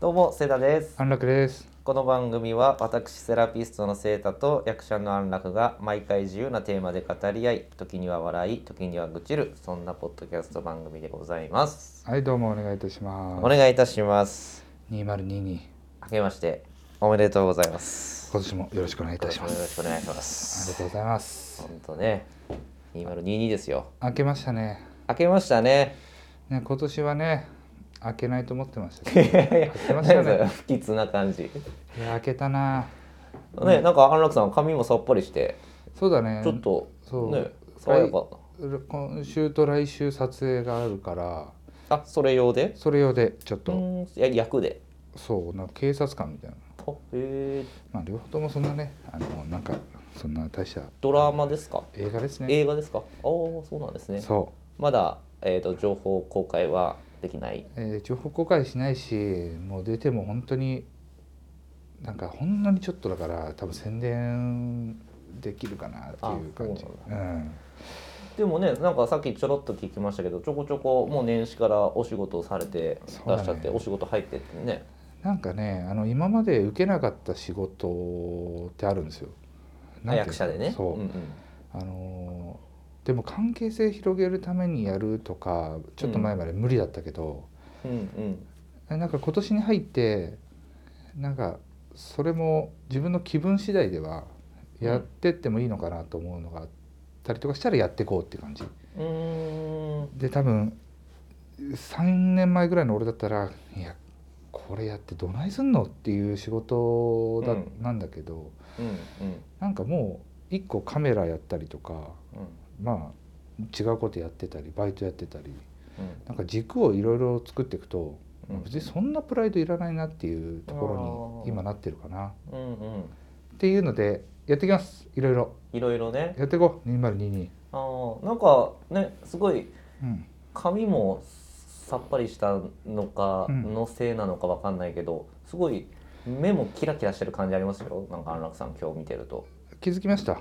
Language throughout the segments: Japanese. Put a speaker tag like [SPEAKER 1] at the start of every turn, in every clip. [SPEAKER 1] うもセダです
[SPEAKER 2] 安楽です。
[SPEAKER 1] この番組は私セラピストのセータと役者の安楽が毎回自由なテーマで語り合い時には笑い時には愚痴るそんなポッドキャスト番組でございます
[SPEAKER 2] はい、どうもお願いいたしま
[SPEAKER 1] お
[SPEAKER 2] す。
[SPEAKER 1] 願いいたします
[SPEAKER 2] 二0 2 2
[SPEAKER 1] 明けましておめでとうございます
[SPEAKER 2] 今年もよろしくお願いいたし
[SPEAKER 1] よ
[SPEAKER 2] ま
[SPEAKER 1] ろ
[SPEAKER 2] す。
[SPEAKER 1] しくお願いしま
[SPEAKER 2] ありが
[SPEAKER 1] す
[SPEAKER 2] とうございます。
[SPEAKER 1] 本当ね2022ですよ
[SPEAKER 2] 明けましたね。
[SPEAKER 1] 明けましたね
[SPEAKER 2] ね、今年はね、明けないと思ってました
[SPEAKER 1] い
[SPEAKER 2] け
[SPEAKER 1] やいや
[SPEAKER 2] けまし
[SPEAKER 1] 何
[SPEAKER 2] たね
[SPEAKER 1] それ 不吉な感じ
[SPEAKER 2] ど。いや、明けたな。
[SPEAKER 1] ね、なんか安楽さん髪もさっぱりして、
[SPEAKER 2] そうだね。
[SPEAKER 1] ちょっと、
[SPEAKER 2] そう
[SPEAKER 1] ね爽
[SPEAKER 2] 来
[SPEAKER 1] やか
[SPEAKER 2] 今週と来週撮影があるから、
[SPEAKER 1] あそれ用で
[SPEAKER 2] それ用でちょっ
[SPEAKER 1] う
[SPEAKER 2] と、
[SPEAKER 1] んや役で
[SPEAKER 2] そうな警察官みたいな。
[SPEAKER 1] あえー、
[SPEAKER 2] まあ両方ともそんなね、あのなんかそんな大した
[SPEAKER 1] ドラマですか
[SPEAKER 2] 映画ですね。
[SPEAKER 1] 映画ですかああそうなんですね
[SPEAKER 2] そう。
[SPEAKER 1] まだ、えー、と情報公開はできない
[SPEAKER 2] えー情報公開しないしもう出ても本当になんかほんのにちょっとだから多分宣伝できるかなっていう感じ、
[SPEAKER 1] あそう
[SPEAKER 2] ん、
[SPEAKER 1] でもねなんかさっきちょろっと聞きましたけどちょこちょこもう年始からお仕事をされて出し
[SPEAKER 2] そう
[SPEAKER 1] ち
[SPEAKER 2] だ
[SPEAKER 1] ゃ
[SPEAKER 2] ね
[SPEAKER 1] って、お仕事入ってってね
[SPEAKER 2] なんかねあの今まで受けなかった仕事ってあるんですよ。なんていうの
[SPEAKER 1] 役者でね
[SPEAKER 2] そう、
[SPEAKER 1] んうん、
[SPEAKER 2] あのーでも関係性広げるためにやるとかちょっと前まで無理だったけど、
[SPEAKER 1] うんうん
[SPEAKER 2] えなんか今年に入ってなんかそれも自分の気分次第ではやってってもいいのかなと思うのがあったりとかしたらやっていこうって感じ
[SPEAKER 1] うーん
[SPEAKER 2] で多分3年前ぐらいの俺だったらいやこれやってどないすんのっていう仕事だ、
[SPEAKER 1] うん
[SPEAKER 2] なんだけど
[SPEAKER 1] うん
[SPEAKER 2] なんかもう1個カメラやったりとか
[SPEAKER 1] うんうん
[SPEAKER 2] まあ違うことやってたりバイトやってたり
[SPEAKER 1] うん
[SPEAKER 2] なんか軸をいろいろ作っていくと
[SPEAKER 1] うん
[SPEAKER 2] 別にそんなプライドいらないなっていうとこ
[SPEAKER 1] あ
[SPEAKER 2] ろ
[SPEAKER 1] ー
[SPEAKER 2] に今なってるかなっ
[SPEAKER 1] うんうん
[SPEAKER 2] ていうのでやっていきますいろいろ
[SPEAKER 1] いろいろね
[SPEAKER 2] やっていこう2022、
[SPEAKER 1] あーなんかねすごい
[SPEAKER 2] うん、
[SPEAKER 1] 髪もさっぱりしたのか
[SPEAKER 2] うん
[SPEAKER 1] のせいなのかわかんないけど、すごい目もキラキラしてる感じありますよなんか安楽さん今日見てると
[SPEAKER 2] 気づきました、うん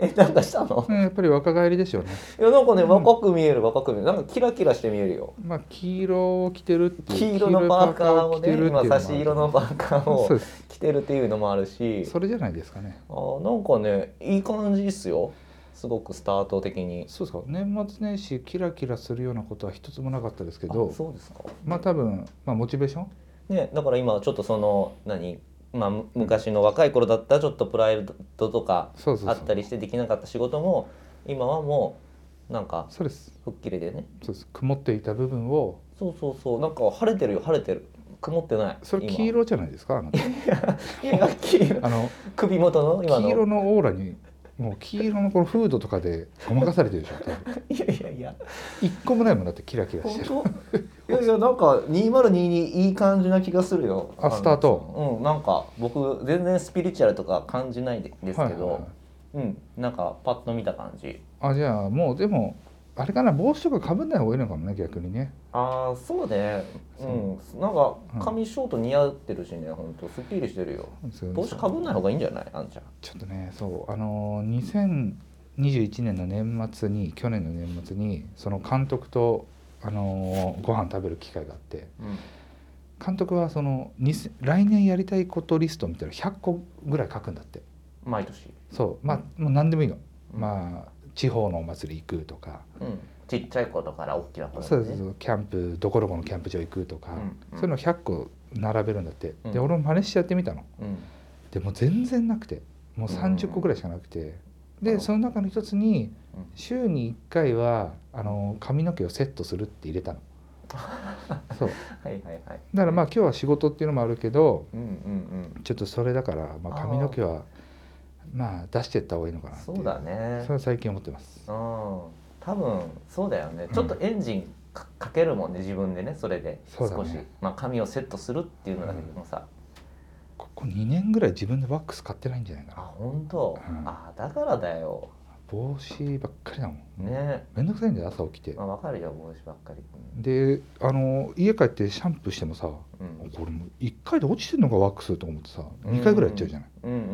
[SPEAKER 1] えなんかしたの
[SPEAKER 2] うん、やっぱり若返りでしょうね
[SPEAKER 1] いやなんかね若く見える若く見えるなんかキラキラして見えるよ
[SPEAKER 2] まあ黄色を着てるっていう
[SPEAKER 1] 黄色のパーカーをね
[SPEAKER 2] 黄色い
[SPEAKER 1] 今
[SPEAKER 2] パーカ
[SPEAKER 1] 差し
[SPEAKER 2] ー着
[SPEAKER 1] て
[SPEAKER 2] るっていう
[SPEAKER 1] 色のパー
[SPEAKER 2] もある
[SPEAKER 1] カー
[SPEAKER 2] そう
[SPEAKER 1] を
[SPEAKER 2] です
[SPEAKER 1] 着てるっていうのもあるし
[SPEAKER 2] それじゃないですかね
[SPEAKER 1] あーなんかねいい感じですよすごくスタート的に
[SPEAKER 2] そうですか年末年始キラキラするようなことは一つもなかったですけ
[SPEAKER 1] あ
[SPEAKER 2] ど
[SPEAKER 1] そうですか
[SPEAKER 2] まあ多分、まあ、モチベーション
[SPEAKER 1] ね、だから今ちょっとその何、まあ、む昔の若い頃だったらちょっとプライドとか
[SPEAKER 2] そうそうそう
[SPEAKER 1] あったりしてできなかった仕事も今はもうなんか
[SPEAKER 2] そうです
[SPEAKER 1] 吹っ切れでね
[SPEAKER 2] そうです曇っていた部分を
[SPEAKER 1] そうそうそうなんか晴れてるよ晴れてる曇ってない
[SPEAKER 2] それ
[SPEAKER 1] 今
[SPEAKER 2] 黄色じゃないですか あなた
[SPEAKER 1] いや黄色
[SPEAKER 2] あの
[SPEAKER 1] 首元の今の
[SPEAKER 2] 黄色のオーラにもう黄色のこのフードとかでごまかされてるでしょ多分
[SPEAKER 1] いやいやいや
[SPEAKER 2] 一個もないもんだってキラキラしてる
[SPEAKER 1] 本当いやいやなんか2022いい感じな気がするよ
[SPEAKER 2] あスタート
[SPEAKER 1] うんなんか僕全然スピリチュアルとか感じないでですけど、
[SPEAKER 2] はいはいはい
[SPEAKER 1] うんなんかパッと見た感じ
[SPEAKER 2] あじゃあもうでもあれかな帽子とかかぶんない方がいいのかもね逆にね
[SPEAKER 1] ああそうねうんなんか髪ショート似合ってるしね、ほん、本当すっきりしてるよ
[SPEAKER 2] そう
[SPEAKER 1] 帽子かぶんない方がいいんじゃないあんちゃん
[SPEAKER 2] ちょっとねそうあのー2021年の年末に去年の年末にその監督とあのーご飯食べる機会があって監督はそのにせ来年やりたいことリストみたいなの100個ぐらい書くんだって
[SPEAKER 1] 毎年、
[SPEAKER 2] そうまあもう何でもいいの、
[SPEAKER 1] うん
[SPEAKER 2] まあ地方のお祭り行くとか、
[SPEAKER 1] うん、ちっちゃいことから大きなこと
[SPEAKER 2] そう
[SPEAKER 1] まで
[SPEAKER 2] そ
[SPEAKER 1] ね
[SPEAKER 2] うそうキャンプどこどこのキャンプ場行くとか、
[SPEAKER 1] うんうん
[SPEAKER 2] そういうの100個並べるんだって、
[SPEAKER 1] うん
[SPEAKER 2] で俺も真似してやってみたの
[SPEAKER 1] うん
[SPEAKER 2] でもう全然なくてもう30個ぐらいしかなくて、でその中の一つに
[SPEAKER 1] うん
[SPEAKER 2] 週に1回はあの髪の毛をセットするって入れた のそう
[SPEAKER 1] はいはいはい
[SPEAKER 2] だからまあ今日は仕事っていうのもあるけど
[SPEAKER 1] うんうん
[SPEAKER 2] ちょっとそれだから、まあ、
[SPEAKER 1] あー
[SPEAKER 2] 髪の毛はまあ出していった方がいいのか
[SPEAKER 1] うん
[SPEAKER 2] なってい
[SPEAKER 1] そうだね
[SPEAKER 2] それは最近思ってます
[SPEAKER 1] うん多分そうだよねちょっとエンジンかかけるもんね自分でねそれで
[SPEAKER 2] そ
[SPEAKER 1] 少
[SPEAKER 2] う
[SPEAKER 1] し、
[SPEAKER 2] だね
[SPEAKER 1] まあ髪をセットするっていうのだけでもさ、
[SPEAKER 2] ここ2年ぐらい自分でワックス買ってないんじゃないか
[SPEAKER 1] あ
[SPEAKER 2] な
[SPEAKER 1] 本当、
[SPEAKER 2] うん
[SPEAKER 1] あだからだよ
[SPEAKER 2] 帽子ばっかりだもん
[SPEAKER 1] ね
[SPEAKER 2] めんどくさいんだよ朝起きて
[SPEAKER 1] まあ、わかるよ帽子ばっかり、うん
[SPEAKER 2] であの家帰ってシャンプーしてもさ
[SPEAKER 1] うん
[SPEAKER 2] これもう1回で落ちてんのかワックスと思ってさ
[SPEAKER 1] うん
[SPEAKER 2] 2回ぐらいやっちゃうじゃない
[SPEAKER 1] うんうん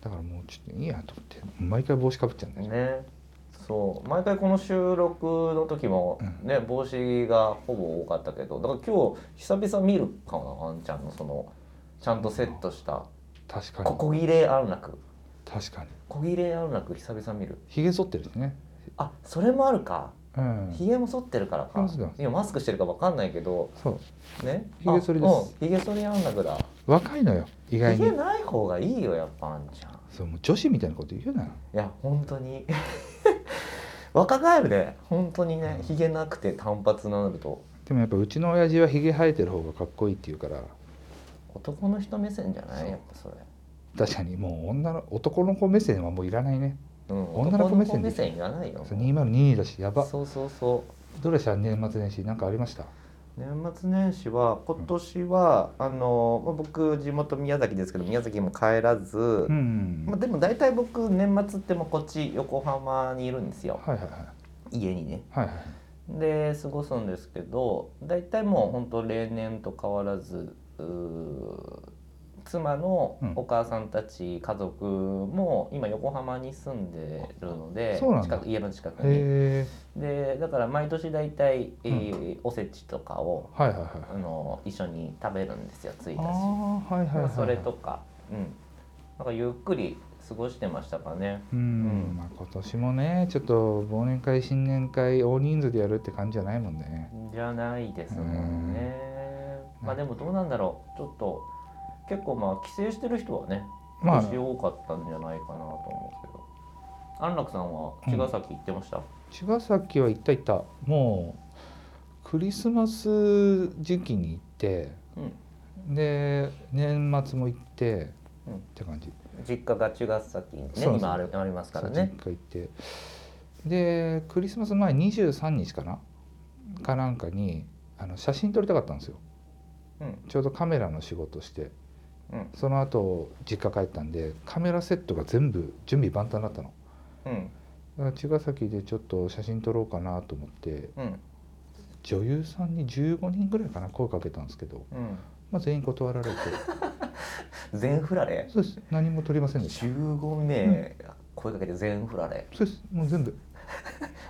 [SPEAKER 2] だからもうちょっといいやと思って毎回帽子かぶっちゃうん
[SPEAKER 1] う
[SPEAKER 2] だよ
[SPEAKER 1] ん
[SPEAKER 2] ね
[SPEAKER 1] ねそう毎回この収録の時もね、帽子がほぼ多かったけどだから今日久々見るかなワンちゃんのそのちゃんとセットした
[SPEAKER 2] 確か
[SPEAKER 1] こ
[SPEAKER 2] に
[SPEAKER 1] こぎれ安楽
[SPEAKER 2] 確かに
[SPEAKER 1] こぎれ安楽久々見る
[SPEAKER 2] ひげ剃ってるしね
[SPEAKER 1] あそれもあるか
[SPEAKER 2] うん
[SPEAKER 1] ひげも剃ってるから
[SPEAKER 2] う
[SPEAKER 1] か
[SPEAKER 2] んそうだ
[SPEAKER 1] 今マスクしてるかわかんないけど
[SPEAKER 2] そう
[SPEAKER 1] ね
[SPEAKER 2] ひげ剃りです
[SPEAKER 1] あうんひげ剃り安楽だ
[SPEAKER 2] 若いのよ意外
[SPEAKER 1] ひげ
[SPEAKER 2] に
[SPEAKER 1] ない方がいいよやっぱあんちゃんい
[SPEAKER 2] そうもう女子みたいなこと言うなよ
[SPEAKER 1] や本当に 若返るね本当にねひげなくて短髪なると
[SPEAKER 2] でもやっぱうちの親父はひげ生えてる方がかっこいいって言うから
[SPEAKER 1] 男の人目線じゃな
[SPEAKER 2] そう
[SPEAKER 1] いやっぱそれ、
[SPEAKER 2] 確かにもう女の男の子目線はもういらないね
[SPEAKER 1] うん、
[SPEAKER 2] 女の子目線
[SPEAKER 1] 男目線いらないよ
[SPEAKER 2] そう2022だしやば
[SPEAKER 1] そうそうそう
[SPEAKER 2] どうでした年末年始なんかありました
[SPEAKER 1] 年末年始は今年は、あのまあ僕地元宮崎ですけど宮崎も帰らず、
[SPEAKER 2] うん
[SPEAKER 1] まあ、でも大体僕年末ってもうこっち横浜にいるんですよ
[SPEAKER 2] はいはいはい
[SPEAKER 1] 家にね
[SPEAKER 2] はいはい
[SPEAKER 1] で過ごすんですけど大体もう本当例年と変わらずうー妻の
[SPEAKER 2] うん
[SPEAKER 1] お母さんたち家族も今横浜に住んでるので
[SPEAKER 2] そうなんだ
[SPEAKER 1] 近く家の近くに
[SPEAKER 2] へえ
[SPEAKER 1] でだから毎年大体、えーおせちとかを
[SPEAKER 2] はいはいはい
[SPEAKER 1] あの一緒に食べるんですよ1
[SPEAKER 2] あ
[SPEAKER 1] 日
[SPEAKER 2] あはいはいはいはい
[SPEAKER 1] それとか、うん、なんかゆっくり過ごしてましたかね
[SPEAKER 2] うん、
[SPEAKER 1] うん
[SPEAKER 2] まあ今年もねちょっと忘年会新年会大人数でやるって感じじゃないもんね
[SPEAKER 1] じゃないですもんね。まあでもどうなんだろう。ちょっと結構まあ帰省してる人はね、
[SPEAKER 2] まあ
[SPEAKER 1] 年多かったんじゃないかなと思うけど。安楽さんは茅ヶ崎行ってました。
[SPEAKER 2] 茅ヶ崎は行った行ったもうクリスマス時期に行って
[SPEAKER 1] うん。
[SPEAKER 2] で年末も行って、
[SPEAKER 1] うん
[SPEAKER 2] って感じ
[SPEAKER 1] 実家が茅ヶ崎にね、
[SPEAKER 2] そうそう
[SPEAKER 1] 今あるありますから
[SPEAKER 2] そう
[SPEAKER 1] ね。
[SPEAKER 2] 実家行ってでクリスマス前23日かなかなんかにあの写真撮りたかったんですよ
[SPEAKER 1] うん
[SPEAKER 2] ちょうどカメラの仕事して
[SPEAKER 1] うん
[SPEAKER 2] その後実家帰ったんでカメラセットが全部準備万端だったの
[SPEAKER 1] うん
[SPEAKER 2] だから茅ヶ崎でちょっと写真撮ろうかなと思って
[SPEAKER 1] うん
[SPEAKER 2] 女優さんに15人ぐらいかな声かけたんですけど、
[SPEAKER 1] うん。
[SPEAKER 2] まあ、全員断られて
[SPEAKER 1] 全フラレ。
[SPEAKER 2] そうです何も撮りませんでした
[SPEAKER 1] 十五名声かけて全フラレ。
[SPEAKER 2] そうですもう全部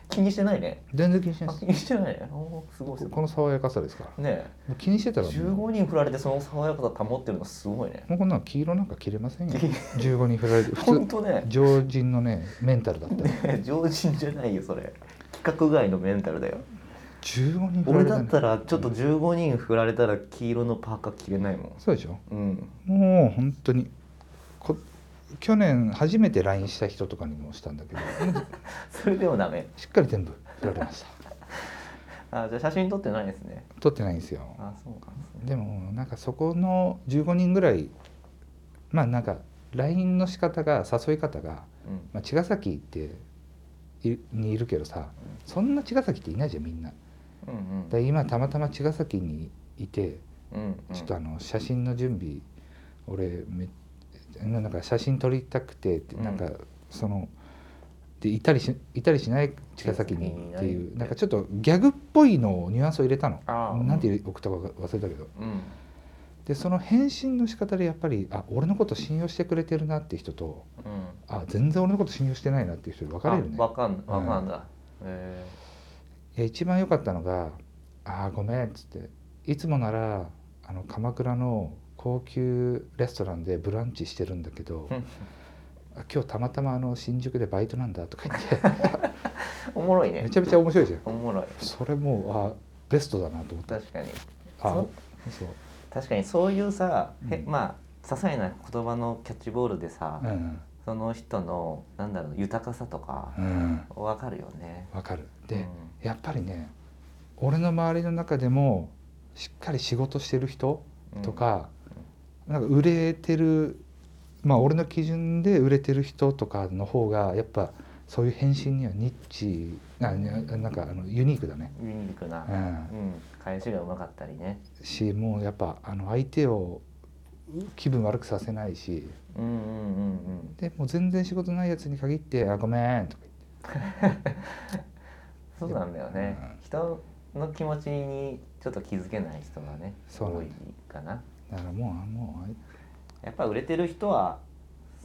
[SPEAKER 1] 気にしてないね。
[SPEAKER 2] 全然気にしない
[SPEAKER 1] あ
[SPEAKER 2] です
[SPEAKER 1] 気にしてないね。おーすごいす
[SPEAKER 2] こ
[SPEAKER 1] ご
[SPEAKER 2] この爽やかさですから
[SPEAKER 1] い。ね
[SPEAKER 2] もう気にしてたらもう
[SPEAKER 1] 十五人フラレでその爽やかさ保ってるのすごいね。
[SPEAKER 2] もうこんなの黄色なんか着れませんよ15人振られ て
[SPEAKER 1] 本
[SPEAKER 2] 普通
[SPEAKER 1] 当ね。
[SPEAKER 2] 常人のねメンタルだったよ
[SPEAKER 1] ね 常人じゃないよそれ規格外のメンタルだよ
[SPEAKER 2] 15人振ら
[SPEAKER 1] 俺
[SPEAKER 2] れた
[SPEAKER 1] だ
[SPEAKER 2] ん
[SPEAKER 1] ったらちょっと15人振られたら黄色のパーカー着れないもん
[SPEAKER 2] そうでしょ
[SPEAKER 1] うん
[SPEAKER 2] もう本当にこ去年初めて LINE した人とかにもしたんだけどもう
[SPEAKER 1] それでもダメ
[SPEAKER 2] しっかり全部振られました
[SPEAKER 1] あじゃあ写真撮ってないですね
[SPEAKER 2] 撮ってないんですよ
[SPEAKER 1] あそうなんですね
[SPEAKER 2] でもなんかそこの15人ぐらいまあなんか LINE の仕方が誘い方が、
[SPEAKER 1] うん
[SPEAKER 2] まあ、茅ヶ崎っていにいるけどさそんな茅ヶ崎っていないじゃんみんな。
[SPEAKER 1] うん
[SPEAKER 2] で今たまたま茅ヶ崎にいて
[SPEAKER 1] うんうんうん
[SPEAKER 2] ちょっとあの写真の準備俺めなんか写真撮りたくてって
[SPEAKER 1] うん
[SPEAKER 2] なんかそのでいたりしいたりしない茅ヶ崎に
[SPEAKER 1] 茅ヶ崎にい
[SPEAKER 2] っ
[SPEAKER 1] な
[SPEAKER 2] て
[SPEAKER 1] い
[SPEAKER 2] いうなんかちょっとギャグっぽいのをニュアンスを入れたの
[SPEAKER 1] あー
[SPEAKER 2] なんて送ったか忘れたけど
[SPEAKER 1] うん
[SPEAKER 2] でその返信の仕方でやっぱりあ俺のこと信用してくれてるなって人と
[SPEAKER 1] うん
[SPEAKER 2] あ全然俺のこと信用してないなっていう人に分かれるね
[SPEAKER 1] あわかんわかんだへ
[SPEAKER 2] いや一番良かったのが「ああごめん」っつって「いつもならあの鎌倉の高級レストランでブランチしてるんだけど
[SPEAKER 1] うん
[SPEAKER 2] あ今日たまたまあの新宿でバイトなんだ」とか言って
[SPEAKER 1] えおもろいね
[SPEAKER 2] めちゃめちゃ面白いじゃん
[SPEAKER 1] おもろい
[SPEAKER 2] それもうあーベストだなと思った
[SPEAKER 1] 確かに
[SPEAKER 2] あ
[SPEAKER 1] そ
[SPEAKER 2] そう
[SPEAKER 1] 確かにそういうさ、へ
[SPEAKER 2] うん
[SPEAKER 1] まあ些細な言葉のキャッチボールでさ、
[SPEAKER 2] うん
[SPEAKER 1] その人のなんだろう豊かさとか
[SPEAKER 2] うん
[SPEAKER 1] わかるよね
[SPEAKER 2] わかるで、
[SPEAKER 1] うん
[SPEAKER 2] やっぱりね俺の周りの中でもしっかり仕事してる人とか、なんか売れてるまあ俺の基準で売れてる人とかの方がやっぱそういう返信にはニッチあになんかあのユニークだね。
[SPEAKER 1] ユニークな、
[SPEAKER 2] う
[SPEAKER 1] うん
[SPEAKER 2] ん、
[SPEAKER 1] 返しがうまかったりね
[SPEAKER 2] しもうやっぱあの相手を気分悪くさせないし
[SPEAKER 1] うんうんうんうん
[SPEAKER 2] でもう全然仕事ないやつに限って「あごめん」とか
[SPEAKER 1] そうなんだよね、人の気持ちにちょっと気づけない人がね
[SPEAKER 2] そうな
[SPEAKER 1] 多い
[SPEAKER 2] んだ
[SPEAKER 1] かな
[SPEAKER 2] 言ってだからもうあもうあい
[SPEAKER 1] やっぱ売れてる人は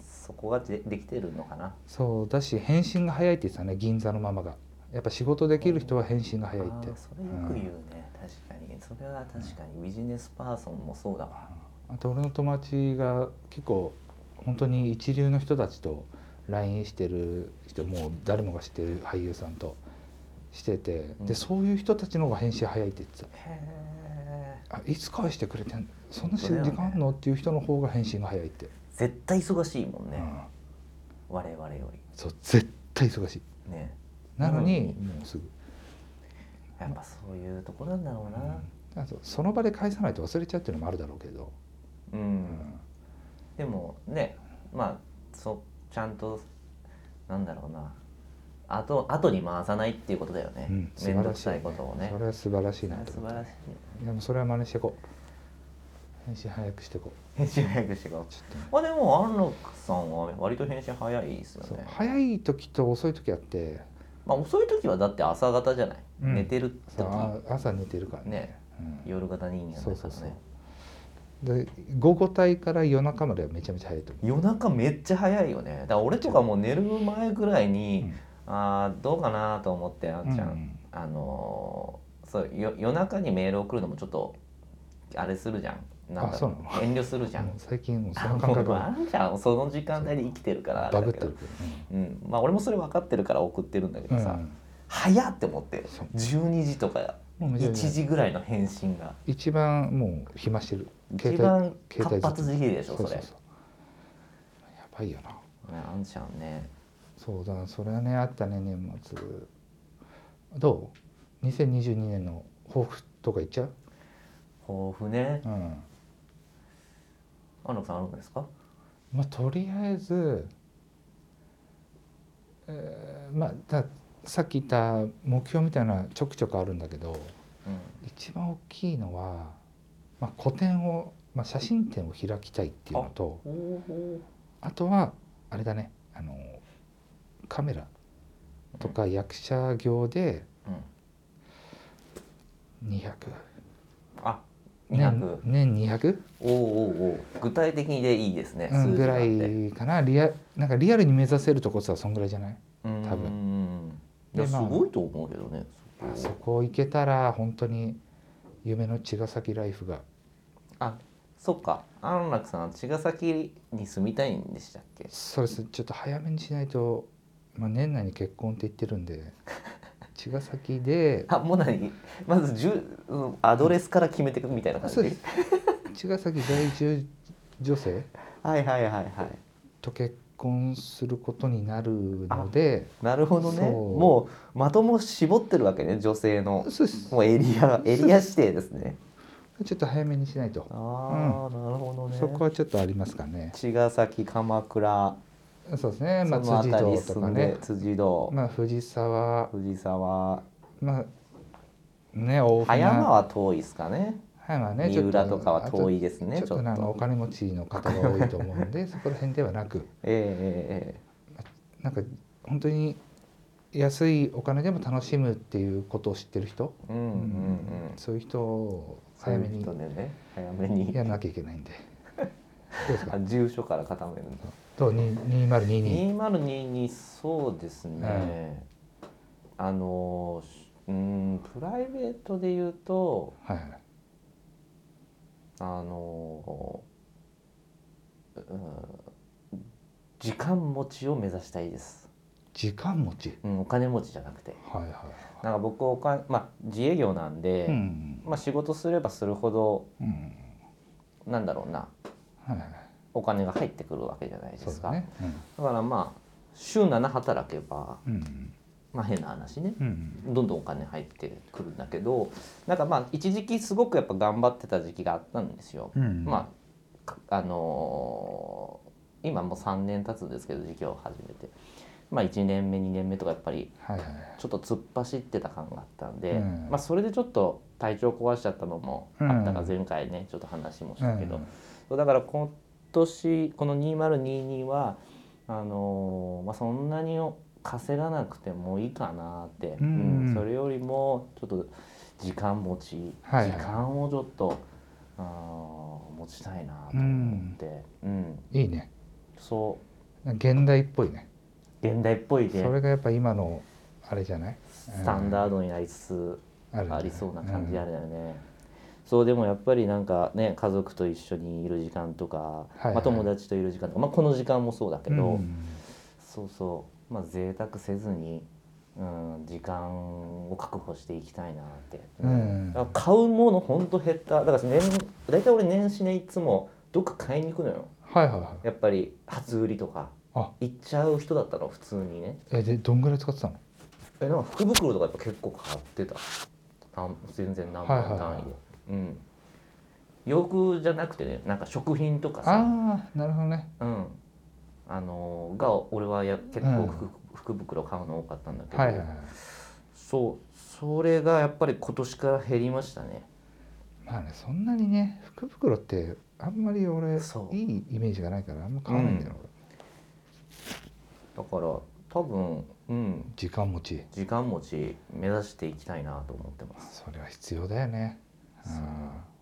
[SPEAKER 1] そこがでできてるのかな
[SPEAKER 2] そうだし返信が早いって言ってたね銀座のママがやっぱ仕事できる人は返信が早いって
[SPEAKER 1] あーそれよく言うね、確かにそれは確かにビジネスパーソンもそうだわ
[SPEAKER 2] あと俺の友達が結構本当に一流の人たちと LINE してる人もう誰もが知ってる俳優さんとしてて、
[SPEAKER 1] うん
[SPEAKER 2] でそういう人たちの方が返信早いって言って
[SPEAKER 1] へえ
[SPEAKER 2] たあいつ返してくれてんそん
[SPEAKER 1] 本
[SPEAKER 2] な時
[SPEAKER 1] 当だよね
[SPEAKER 2] 間あんのっていう人の方が返信が早いって、
[SPEAKER 1] 絶対忙しいもん
[SPEAKER 2] う
[SPEAKER 1] ね、
[SPEAKER 2] ん、
[SPEAKER 1] 我々より
[SPEAKER 2] そう絶対忙しい
[SPEAKER 1] ね
[SPEAKER 2] なのに、
[SPEAKER 1] うん
[SPEAKER 2] もうすぐ、
[SPEAKER 1] やっぱそういうところなんだろうな
[SPEAKER 2] あとその場で返さないと忘れちゃうっていうのもあるだろうけど、
[SPEAKER 1] うん、
[SPEAKER 2] うん
[SPEAKER 1] でもねまあそうちゃんとなんだろうなあと後に回さないっていうことだよね
[SPEAKER 2] うん素
[SPEAKER 1] 面
[SPEAKER 2] 晴
[SPEAKER 1] 倒、
[SPEAKER 2] ら
[SPEAKER 1] く
[SPEAKER 2] しいよ
[SPEAKER 1] さい
[SPEAKER 2] ね
[SPEAKER 1] ことをね
[SPEAKER 2] それは素晴らしい
[SPEAKER 1] それ
[SPEAKER 2] な
[SPEAKER 1] は
[SPEAKER 2] と
[SPEAKER 1] 素
[SPEAKER 2] 思っ
[SPEAKER 1] 晴
[SPEAKER 2] た
[SPEAKER 1] らしい
[SPEAKER 2] いやもうそれは真似していこう返信早くしていこ
[SPEAKER 1] 返信早くしてこ
[SPEAKER 2] う
[SPEAKER 1] う
[SPEAKER 2] ちょっとね
[SPEAKER 1] あでも安楽さんは割と返信早いですよ
[SPEAKER 2] そう
[SPEAKER 1] ね
[SPEAKER 2] 早い時と遅い時あって
[SPEAKER 1] まあ遅い時はだって朝方じゃない、
[SPEAKER 2] うん
[SPEAKER 1] 寝てる時
[SPEAKER 2] さあ朝寝てるからね
[SPEAKER 1] ね
[SPEAKER 2] うん
[SPEAKER 1] 夜型人間だから
[SPEAKER 2] そ
[SPEAKER 1] ね
[SPEAKER 2] うそうそうで午後帯から夜中まではめちゃめちゃ早いと思
[SPEAKER 1] 夜中めっちゃ早いよねだから俺とかもう寝る前ぐらいに、あーどうかなと思ってあ
[SPEAKER 2] う、
[SPEAKER 1] んちゃん、
[SPEAKER 2] うん
[SPEAKER 1] あのーそうよ夜中にメール送るのもちょっとあれするじゃんなん
[SPEAKER 2] あ
[SPEAKER 1] だ
[SPEAKER 2] そ
[SPEAKER 1] ろ
[SPEAKER 2] う
[SPEAKER 1] う
[SPEAKER 2] なの
[SPEAKER 1] 遠慮するじゃん
[SPEAKER 2] もう最近もうそ
[SPEAKER 1] あ
[SPEAKER 2] の
[SPEAKER 1] も
[SPEAKER 2] 感覚
[SPEAKER 1] うあ
[SPEAKER 2] は
[SPEAKER 1] んちゃんその時間帯で生きてるからあれ
[SPEAKER 2] バ
[SPEAKER 1] だ
[SPEAKER 2] グっ
[SPEAKER 1] け
[SPEAKER 2] て
[SPEAKER 1] ど
[SPEAKER 2] る
[SPEAKER 1] うん、まあ俺もそれ分かってるから送ってるんだけ
[SPEAKER 2] けど
[SPEAKER 1] ど
[SPEAKER 2] ね
[SPEAKER 1] さ、
[SPEAKER 2] うん
[SPEAKER 1] 早っって思って
[SPEAKER 2] そう
[SPEAKER 1] 12時とか
[SPEAKER 2] もうめち
[SPEAKER 1] 1
[SPEAKER 2] ゃめちゃ
[SPEAKER 1] 時ぐらいの返信が
[SPEAKER 2] 一番もう暇してる
[SPEAKER 1] 一番
[SPEAKER 2] 携
[SPEAKER 1] 活
[SPEAKER 2] 帯
[SPEAKER 1] 発時期でしょそれ
[SPEAKER 2] ううやばいよな
[SPEAKER 1] ねあんちゃんね
[SPEAKER 2] そうだそれはねあったね年末どう2022年の抱負とか言っちゃう、
[SPEAKER 1] 豊富ね
[SPEAKER 2] うん
[SPEAKER 1] 安楽さんあるんですか
[SPEAKER 2] まあ、とりあえず、えーまあださっき言った目標みたいなのはちょくちょくあるんだけど
[SPEAKER 1] うん
[SPEAKER 2] 一番大きいのは、まあ、個展を、まあ、写真展を開きたいっていうのと
[SPEAKER 1] ほうほ
[SPEAKER 2] あとはあれだねあのカメラとか役者業で
[SPEAKER 1] う、うん、
[SPEAKER 2] 200、
[SPEAKER 1] あ
[SPEAKER 2] 年
[SPEAKER 1] 200、
[SPEAKER 2] 年 200?
[SPEAKER 1] おうおうおう具体的でいいですね、
[SPEAKER 2] うん
[SPEAKER 1] 数字
[SPEAKER 2] ぐ
[SPEAKER 1] があっ
[SPEAKER 2] ら
[SPEAKER 1] て
[SPEAKER 2] いかなリアなんかリアルに目指せるとこさそんぐらいじゃない、
[SPEAKER 1] うん
[SPEAKER 2] 多
[SPEAKER 1] いや
[SPEAKER 2] ですまあ
[SPEAKER 1] ごいと思うけどねそこ
[SPEAKER 2] あそこ行けたら本当に夢の茅ヶ崎ライフが
[SPEAKER 1] あそっか安楽さんは茅ヶ崎に住みたいんでしたっけ
[SPEAKER 2] そうですちょっと早めにしないと、まあ、年内に結婚って言ってるんで 茅ヶ崎で
[SPEAKER 1] あもう何まず住うんアドレスから決めていくみたいな感じ
[SPEAKER 2] そうです茅ヶ崎在住女性
[SPEAKER 1] はいはいはいはい
[SPEAKER 2] と結婚することになるので
[SPEAKER 1] なるほどね
[SPEAKER 2] そう
[SPEAKER 1] もうまとも絞ってるわけね女性の
[SPEAKER 2] そうです
[SPEAKER 1] もうエリアエリア指定ですね
[SPEAKER 2] ちょっと早めにしないと、
[SPEAKER 1] ああ、なるほどね
[SPEAKER 2] そこはちょっとありますかね
[SPEAKER 1] 茅ヶ崎鎌倉
[SPEAKER 2] そうですね、
[SPEAKER 1] そ
[SPEAKER 2] まあ、
[SPEAKER 1] の
[SPEAKER 2] 辻
[SPEAKER 1] 辺り
[SPEAKER 2] 堂と
[SPEAKER 1] 住
[SPEAKER 2] か
[SPEAKER 1] んで、
[SPEAKER 2] ね、
[SPEAKER 1] 辻堂、
[SPEAKER 2] まあ、藤沢
[SPEAKER 1] 藤沢
[SPEAKER 2] まあね大
[SPEAKER 1] 葉
[SPEAKER 2] 船
[SPEAKER 1] 山は遠いですかね
[SPEAKER 2] 葉山ね
[SPEAKER 1] 三
[SPEAKER 2] ちょっ
[SPEAKER 1] 浦とかは遠
[SPEAKER 2] い
[SPEAKER 1] いですね
[SPEAKER 2] ち
[SPEAKER 1] ち
[SPEAKER 2] ょ
[SPEAKER 1] ょ
[SPEAKER 2] っ
[SPEAKER 1] っ
[SPEAKER 2] と
[SPEAKER 1] と
[SPEAKER 2] あのお金持ちの方が多いと思うんでそこら辺ではな く
[SPEAKER 1] え
[SPEAKER 2] なんか本当に安いお金でも楽しむっていうことを知ってる人、
[SPEAKER 1] えええええうんうんうん
[SPEAKER 2] そういう人を早めに
[SPEAKER 1] そういう人でね早めに
[SPEAKER 2] やらなきゃいけな いんでどうですか
[SPEAKER 1] あ住所から固めるんだ
[SPEAKER 2] とに2022
[SPEAKER 1] 2022そうですね、あのしうんプライベートで言うと
[SPEAKER 2] はいはい
[SPEAKER 1] あのうん時間持ちを目指したいです、
[SPEAKER 2] 時間持ち
[SPEAKER 1] うん、お金持ちじゃなくて
[SPEAKER 2] はいはい
[SPEAKER 1] なんか僕おかまあ自営業なんで、
[SPEAKER 2] うん
[SPEAKER 1] まあ、仕事すればするほど
[SPEAKER 2] うん
[SPEAKER 1] なんだろうな
[SPEAKER 2] はいはい
[SPEAKER 1] お金が入ってくるわけじゃないで
[SPEAKER 2] そう
[SPEAKER 1] す
[SPEAKER 2] だ
[SPEAKER 1] かだ,、
[SPEAKER 2] ね
[SPEAKER 1] からまあ週7働けば
[SPEAKER 2] うんうん
[SPEAKER 1] まあ変な話ね
[SPEAKER 2] うん
[SPEAKER 1] どんどんお金入ってくるんだけどなんかまあ一時期すごくやっぱ頑張ってた時期があったんですよ。
[SPEAKER 2] うん
[SPEAKER 1] まあかあのー今もう3年経つんですけど事業を始めて、まあ、1年目2年目とかやっぱり
[SPEAKER 2] はいはいはい
[SPEAKER 1] ちょっと突っ走ってた感があったんで、
[SPEAKER 2] うん
[SPEAKER 1] まあ、それでちょっと体調壊しちゃったのもあったか、
[SPEAKER 2] うん
[SPEAKER 1] 前回ねちょっと話もしたけど、そうだから今年この2022はあのーまあ、そんなに稼がなくてもいいかなって、
[SPEAKER 2] うん
[SPEAKER 1] それよりもちょっと時間持ち、
[SPEAKER 2] はいはい
[SPEAKER 1] 時間をちょっとあー持ちたいなと思って、うん
[SPEAKER 2] うんいいね
[SPEAKER 1] そ
[SPEAKER 2] 現代っぽいね
[SPEAKER 1] 現代っぽいね
[SPEAKER 2] それがやっぱ今のあれじゃない
[SPEAKER 1] スタンダードになりつつ
[SPEAKER 2] あるんじゃ
[SPEAKER 1] あ
[SPEAKER 2] い
[SPEAKER 1] りそうな感じあるよね、そうでもやっぱりなんかね家族と一緒にいる時間とか、
[SPEAKER 2] いはい
[SPEAKER 1] まあ、友達といる時間とか、まあ、この時間もそうだけ
[SPEAKER 2] うん
[SPEAKER 1] ど、
[SPEAKER 2] うん
[SPEAKER 1] そうそうまあ贅沢せずに、うん、時間を確保していきたいなって、
[SPEAKER 2] うん
[SPEAKER 1] だから買うものほんと減っただから年大体俺年始ねいつもどっか買いに行くのよ
[SPEAKER 2] はいはいはい
[SPEAKER 1] やっぱり初売りとか
[SPEAKER 2] あ
[SPEAKER 1] 行っちゃう人だったの普通にね
[SPEAKER 2] えでどんぐらい使ってたの
[SPEAKER 1] えなんか福袋とかやっぱ結構買ってたなん全然何万単位で、
[SPEAKER 2] はいはいはい
[SPEAKER 1] うん洋服じゃなくてねなんか食品とかさ
[SPEAKER 2] ああなるほどね
[SPEAKER 1] うんあのーが俺はや結構
[SPEAKER 2] うん
[SPEAKER 1] 福,、福袋買うの多かったんだけど、
[SPEAKER 2] はいはいはい
[SPEAKER 1] そうそれがやっぱり今年から減りましたね
[SPEAKER 2] まあねそんなにね福袋ってあんまり俺い
[SPEAKER 1] そう
[SPEAKER 2] いイメージがないからあんま買わないんだよ、俺
[SPEAKER 1] だから多分うん
[SPEAKER 2] 時間持ち
[SPEAKER 1] 時間持ち目指していきたいなと思ってます
[SPEAKER 2] それは必要だよね
[SPEAKER 1] そう
[SPEAKER 2] あ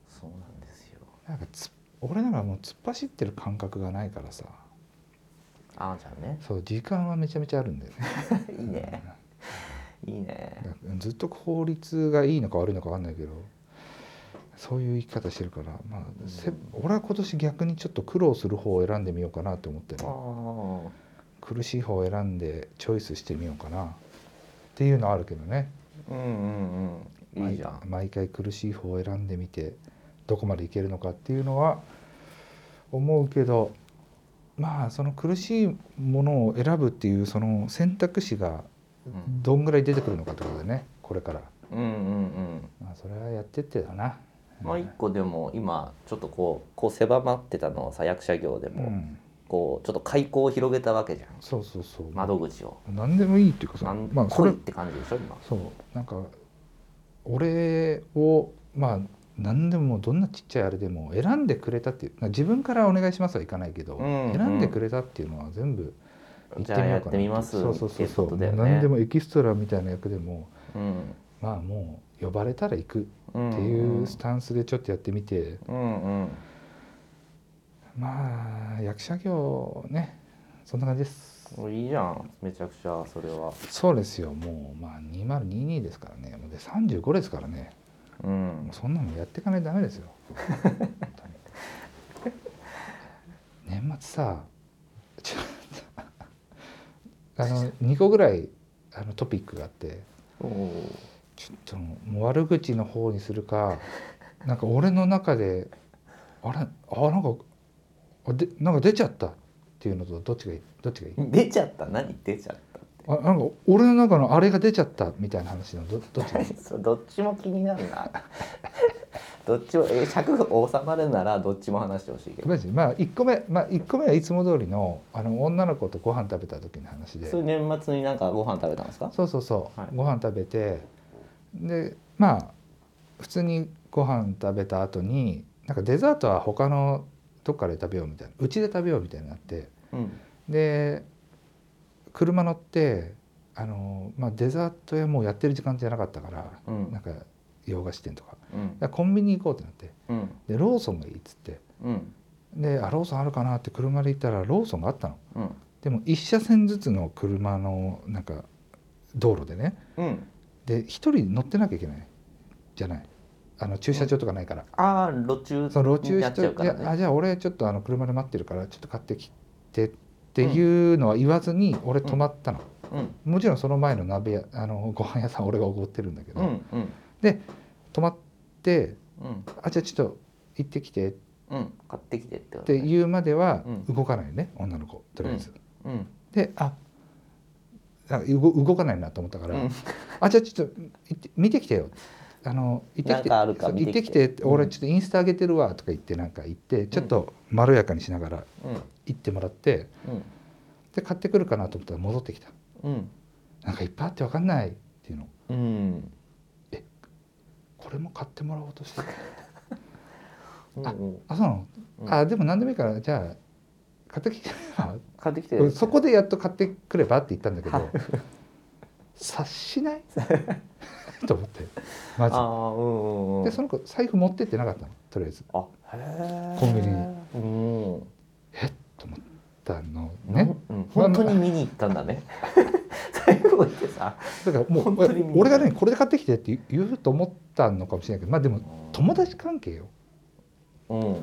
[SPEAKER 1] そうなんですよ
[SPEAKER 2] ーなんかつ俺なんかもう突っ走ってる感覚がないからさ
[SPEAKER 1] あーちゃん ね
[SPEAKER 2] そう時間はめちゃめちゃあるんだよね
[SPEAKER 1] いいねいいね
[SPEAKER 2] だからずっと効率がいいのか悪いのか分かんないけどそういう生き方してるから、まあせ
[SPEAKER 1] うん
[SPEAKER 2] 俺は今年逆にちょっと苦労する方を選んでみようかなと思ってる
[SPEAKER 1] ああ
[SPEAKER 2] 苦しい方を選んでチョイスしてみようかなっていうのはあるけどね
[SPEAKER 1] うんうんうんいいじゃん、
[SPEAKER 2] 毎毎回苦しい方を選んでみてどこまでいけるのかっていうのは思うけどまあその苦しいものを選ぶっていうその選択肢が
[SPEAKER 1] うん、
[SPEAKER 2] どんぐらい出てくるのかってことだよねこれから、
[SPEAKER 1] うんうんうん
[SPEAKER 2] まあ、それはやってってだな
[SPEAKER 1] まあ一個でも今ちょっとこうこう狭まってたのはさ役者業で
[SPEAKER 2] う
[SPEAKER 1] も、
[SPEAKER 2] ん、
[SPEAKER 1] こうちょっと開口を広げたわけじゃん
[SPEAKER 2] そうそうそう
[SPEAKER 1] 窓口を
[SPEAKER 2] 何でもいいっていうか
[SPEAKER 1] な
[SPEAKER 2] さ
[SPEAKER 1] ん、
[SPEAKER 2] まあこ
[SPEAKER 1] 来い
[SPEAKER 2] れ
[SPEAKER 1] って感じでしょ今
[SPEAKER 2] そうなんか俺をまあ何でもどんなちっちゃいあれでも選んでくれたっていう自分からお願いしますはいかないけど、
[SPEAKER 1] うんうん
[SPEAKER 2] 選んでくれたっていうのは全部行
[SPEAKER 1] じゃあやってみます
[SPEAKER 2] そうそうそうそう
[SPEAKER 1] っていうことだよね
[SPEAKER 2] もう何でもエキストラみたいな役でも
[SPEAKER 1] うん
[SPEAKER 2] まあもう呼ばれたら行く
[SPEAKER 1] うん
[SPEAKER 2] っていうスタンスでちょっとやってみて、
[SPEAKER 1] うんうん
[SPEAKER 2] まあ役者業ねそんな感じです
[SPEAKER 1] もういいじゃんめちゃくちゃそれは
[SPEAKER 2] そうですよもうまあ2022ですからねもうで35ですからね
[SPEAKER 1] う
[SPEAKER 2] も
[SPEAKER 1] ん
[SPEAKER 2] うそんなのやっていかないとダメですよ本当に年末さちょっとあの2個ぐらいあのトピックがあって
[SPEAKER 1] おー
[SPEAKER 2] ちょっともう悪口の方にするかなんか俺の中であれあなんかあでなんか出ちゃったっていうのとどっちがいいどっちがいい
[SPEAKER 1] 出ちゃった何出ちゃっ
[SPEAKER 2] あなんか俺の中のあれが出ちゃったみたいな話のどどっちがいい
[SPEAKER 1] た そうどっちも気になるな どっちもえ尺が収まるならどっちも話してほしいけど
[SPEAKER 2] マジまあ1個目、まあ、一個目はいつも通りのあの女の子とご飯食べた時の話で
[SPEAKER 1] それ年末になんかご飯食べたんですか
[SPEAKER 2] そうそうそう、
[SPEAKER 1] はい
[SPEAKER 2] ご飯食べてでまあ普通にご飯食べた後になんかデザートは他のどっかで食べようみたいなうちで食べようみたいになって
[SPEAKER 1] うん
[SPEAKER 2] で車乗ってあの、まあ、デザート屋もうやってる時間じゃなかったから、
[SPEAKER 1] う
[SPEAKER 2] なん
[SPEAKER 1] ん
[SPEAKER 2] か洋菓子店とかだか
[SPEAKER 1] うん
[SPEAKER 2] らコンビニ行こうってなって
[SPEAKER 1] うん
[SPEAKER 2] でローソンがいいっつって
[SPEAKER 1] うん
[SPEAKER 2] であローソンあるかなって車で行ったらローソンがあったの
[SPEAKER 1] うん
[SPEAKER 2] でも1車線ずつの車のなんか道路でね
[SPEAKER 1] うん
[SPEAKER 2] で一人乗ってなきゃいけないじゃないあの駐車場とかないから、
[SPEAKER 1] ああ路中
[SPEAKER 2] その路
[SPEAKER 1] に
[SPEAKER 2] 中
[SPEAKER 1] な
[SPEAKER 2] し
[SPEAKER 1] っちゃう
[SPEAKER 2] て、
[SPEAKER 1] か
[SPEAKER 2] い
[SPEAKER 1] ら
[SPEAKER 2] やあ
[SPEAKER 1] ね
[SPEAKER 2] じゃあ俺ちょっとあの車で待ってるからちょっと買ってきてっていうのは言わずに俺止まったの、
[SPEAKER 1] うん
[SPEAKER 2] もちろんその前の鍋屋あのご飯屋さん俺がおごってるんだけど、
[SPEAKER 1] うんうん
[SPEAKER 2] 止まって
[SPEAKER 1] うん
[SPEAKER 2] あじゃあちょっと行ってきてっ
[SPEAKER 1] うん買ってきてってこと
[SPEAKER 2] て
[SPEAKER 1] ね
[SPEAKER 2] いうまでは
[SPEAKER 1] うん
[SPEAKER 2] 動かないよね、女の子とりあえず。
[SPEAKER 1] うん
[SPEAKER 2] でああ動動かないなと思ったから、
[SPEAKER 1] うん
[SPEAKER 2] あじゃあちょっと行って見てきてよあの行って
[SPEAKER 1] な
[SPEAKER 2] き
[SPEAKER 1] ん
[SPEAKER 2] て
[SPEAKER 1] かあるか
[SPEAKER 2] そう
[SPEAKER 1] 見
[SPEAKER 2] 行ってて
[SPEAKER 1] き
[SPEAKER 2] き
[SPEAKER 1] て
[SPEAKER 2] て
[SPEAKER 1] うん
[SPEAKER 2] 俺ちょっとインスタ上げてるわとか言ってなんか言ってちょっとまろやかにしながら
[SPEAKER 1] うん
[SPEAKER 2] 行ってもらって
[SPEAKER 1] うん
[SPEAKER 2] で買ってくるかなと思ったら戻ってきた
[SPEAKER 1] うん
[SPEAKER 2] なんかいっぱいあって分かんないっていうの
[SPEAKER 1] うん
[SPEAKER 2] これも買ってもらおうとしてる
[SPEAKER 1] うんうん
[SPEAKER 2] あそうなの、
[SPEAKER 1] うん
[SPEAKER 2] あでも何でもいいからじゃあ買ってきて
[SPEAKER 1] 買ってきて
[SPEAKER 2] 俺そこでやっと買ってくればって言ったんだけど察 しないと思ってマジ
[SPEAKER 1] ああうんうんうん
[SPEAKER 2] でその子財布持ってってなかったのとりあえず
[SPEAKER 1] あへえ
[SPEAKER 2] コンビニ
[SPEAKER 1] うん
[SPEAKER 2] だのね
[SPEAKER 1] ねうん本当に見に行ったんだ ね最後行ってさ
[SPEAKER 2] だからもう
[SPEAKER 1] 本当に見に
[SPEAKER 2] 俺がねこれで買ってきてって言うと思ったのかもしれないけどまあでも友達関係よ
[SPEAKER 1] うん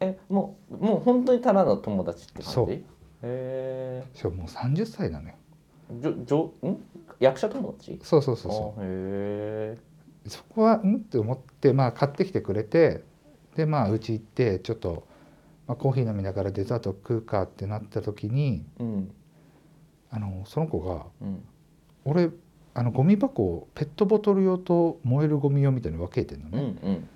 [SPEAKER 1] えもうもう本当にただの友達って感じ
[SPEAKER 2] そう
[SPEAKER 1] へえ
[SPEAKER 2] しかももう30歳なのよ
[SPEAKER 1] じょじょん役者友達
[SPEAKER 2] そうそうそうそ
[SPEAKER 1] あへえ
[SPEAKER 2] うそこはうんって思ってまあ買ってきてくれてでまあうち行ってちょっと、まあ、コーヒー飲みながらデザート食うかってなった時に
[SPEAKER 1] うん
[SPEAKER 2] あのその子が
[SPEAKER 1] うん
[SPEAKER 2] 俺あのゴミ箱をペットボトル用と燃えるゴミ用みたいに分けてるの
[SPEAKER 1] うんう
[SPEAKER 2] ね、
[SPEAKER 1] ん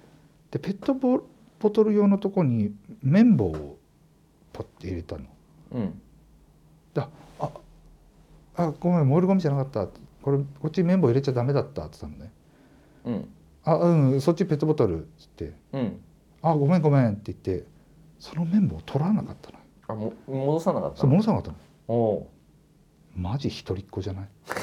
[SPEAKER 2] でペットボボトル用のとこに綿棒をポッて入れたの
[SPEAKER 1] うん
[SPEAKER 2] あごめん燃えるゴミじゃなかったこれこっち綿棒入れちゃダメだったって言ったのね
[SPEAKER 1] うん
[SPEAKER 2] あうんそっちペットボトルっつって
[SPEAKER 1] うん
[SPEAKER 2] あごめんごめんって言ってその綿棒を取らなかったの
[SPEAKER 1] あも戻さなかった
[SPEAKER 2] そう戻さなかったの
[SPEAKER 1] おお
[SPEAKER 2] マジ一人っ子じゃない
[SPEAKER 1] ー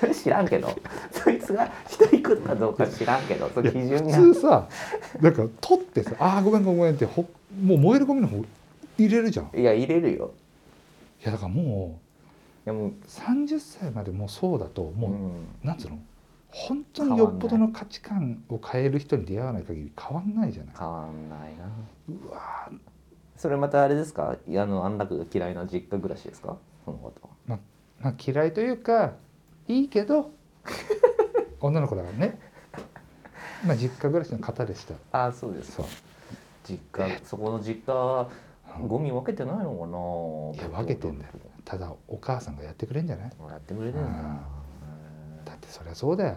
[SPEAKER 1] それ知らんけどそいつが一人食ったどうか知らんけどそ
[SPEAKER 2] いや
[SPEAKER 1] の基準が
[SPEAKER 2] 普通さなんか取ってさあごめんごめんってほもう燃えるゴミの方入れるじゃんい
[SPEAKER 1] いや入れるよ
[SPEAKER 2] やだからも
[SPEAKER 1] いやもう
[SPEAKER 2] う30歳までもうそうだともう、
[SPEAKER 1] うん
[SPEAKER 2] なんつうの本当によっぽどの価値観を変える人に出会わない限り変わんないじゃない
[SPEAKER 1] 変わんないな
[SPEAKER 2] うわー
[SPEAKER 1] それまたあれですかいやあの安楽が嫌いな実家暮らしですかそのことは
[SPEAKER 2] まあ嫌いというかいいけど女の子だからねまあ実家暮らしの方でした
[SPEAKER 1] ああそうです
[SPEAKER 2] そう
[SPEAKER 1] 実家そこの実家は
[SPEAKER 2] うん
[SPEAKER 1] ゴミ分けてないの
[SPEAKER 2] い
[SPEAKER 1] かな
[SPEAKER 2] や分けてんだよただお母さんがやってくれんじゃない
[SPEAKER 1] もらってくれてるんだな
[SPEAKER 2] だってそりゃそうだよ